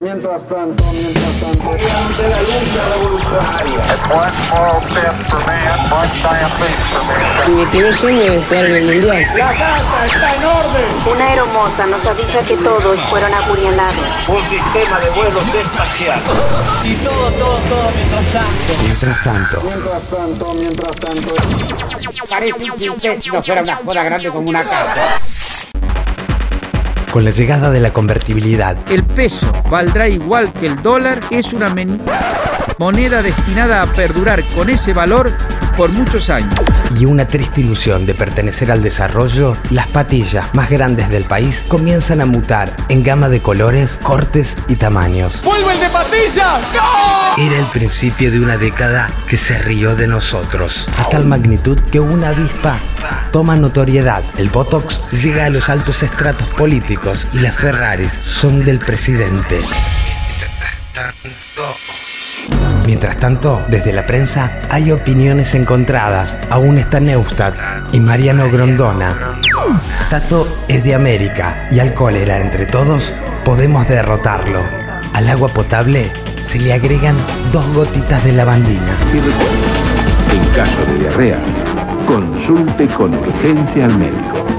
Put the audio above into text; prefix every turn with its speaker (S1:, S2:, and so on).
S1: Mientras tanto, mientras tanto, ante la lucha revolucionaria.
S2: Mi primer sueño es jugar en el mundial.
S1: La casa está en orden.
S3: Una aeromoza nos avisa que todos fueron apuñalados.
S1: Un sistema de vuelos espacial.
S4: Mientras tanto,
S1: Mientras tanto, mientras tanto.
S4: con la llegada de la convertibilidad,
S5: El peso valdrá igual que el dólar, es una men- moneda destinada a perdurar con ese valor por muchos años.
S4: y una triste ilusión de pertenecer al desarrollo, las patillas más grandes del país comienzan a mutar en gama de colores, cortes y tamaños. ¡Vuelve el de patilla! Era el principio de una década que se rió de nosotros, a tal magnitud que una avispa toma notoriedad. El Botox llega a los altos estratos políticos y las Ferraris son del presidente. Mientras tanto, desde la prensa hay opiniones encontradas. Aún está Neustadt y Mariano Grondona. Tato es de América y al cólera entre todos podemos derrotarlo. Al agua potable se le agregan dos gotitas de lavandina.
S6: En caso de diarrea, consulte con urgencia al médico.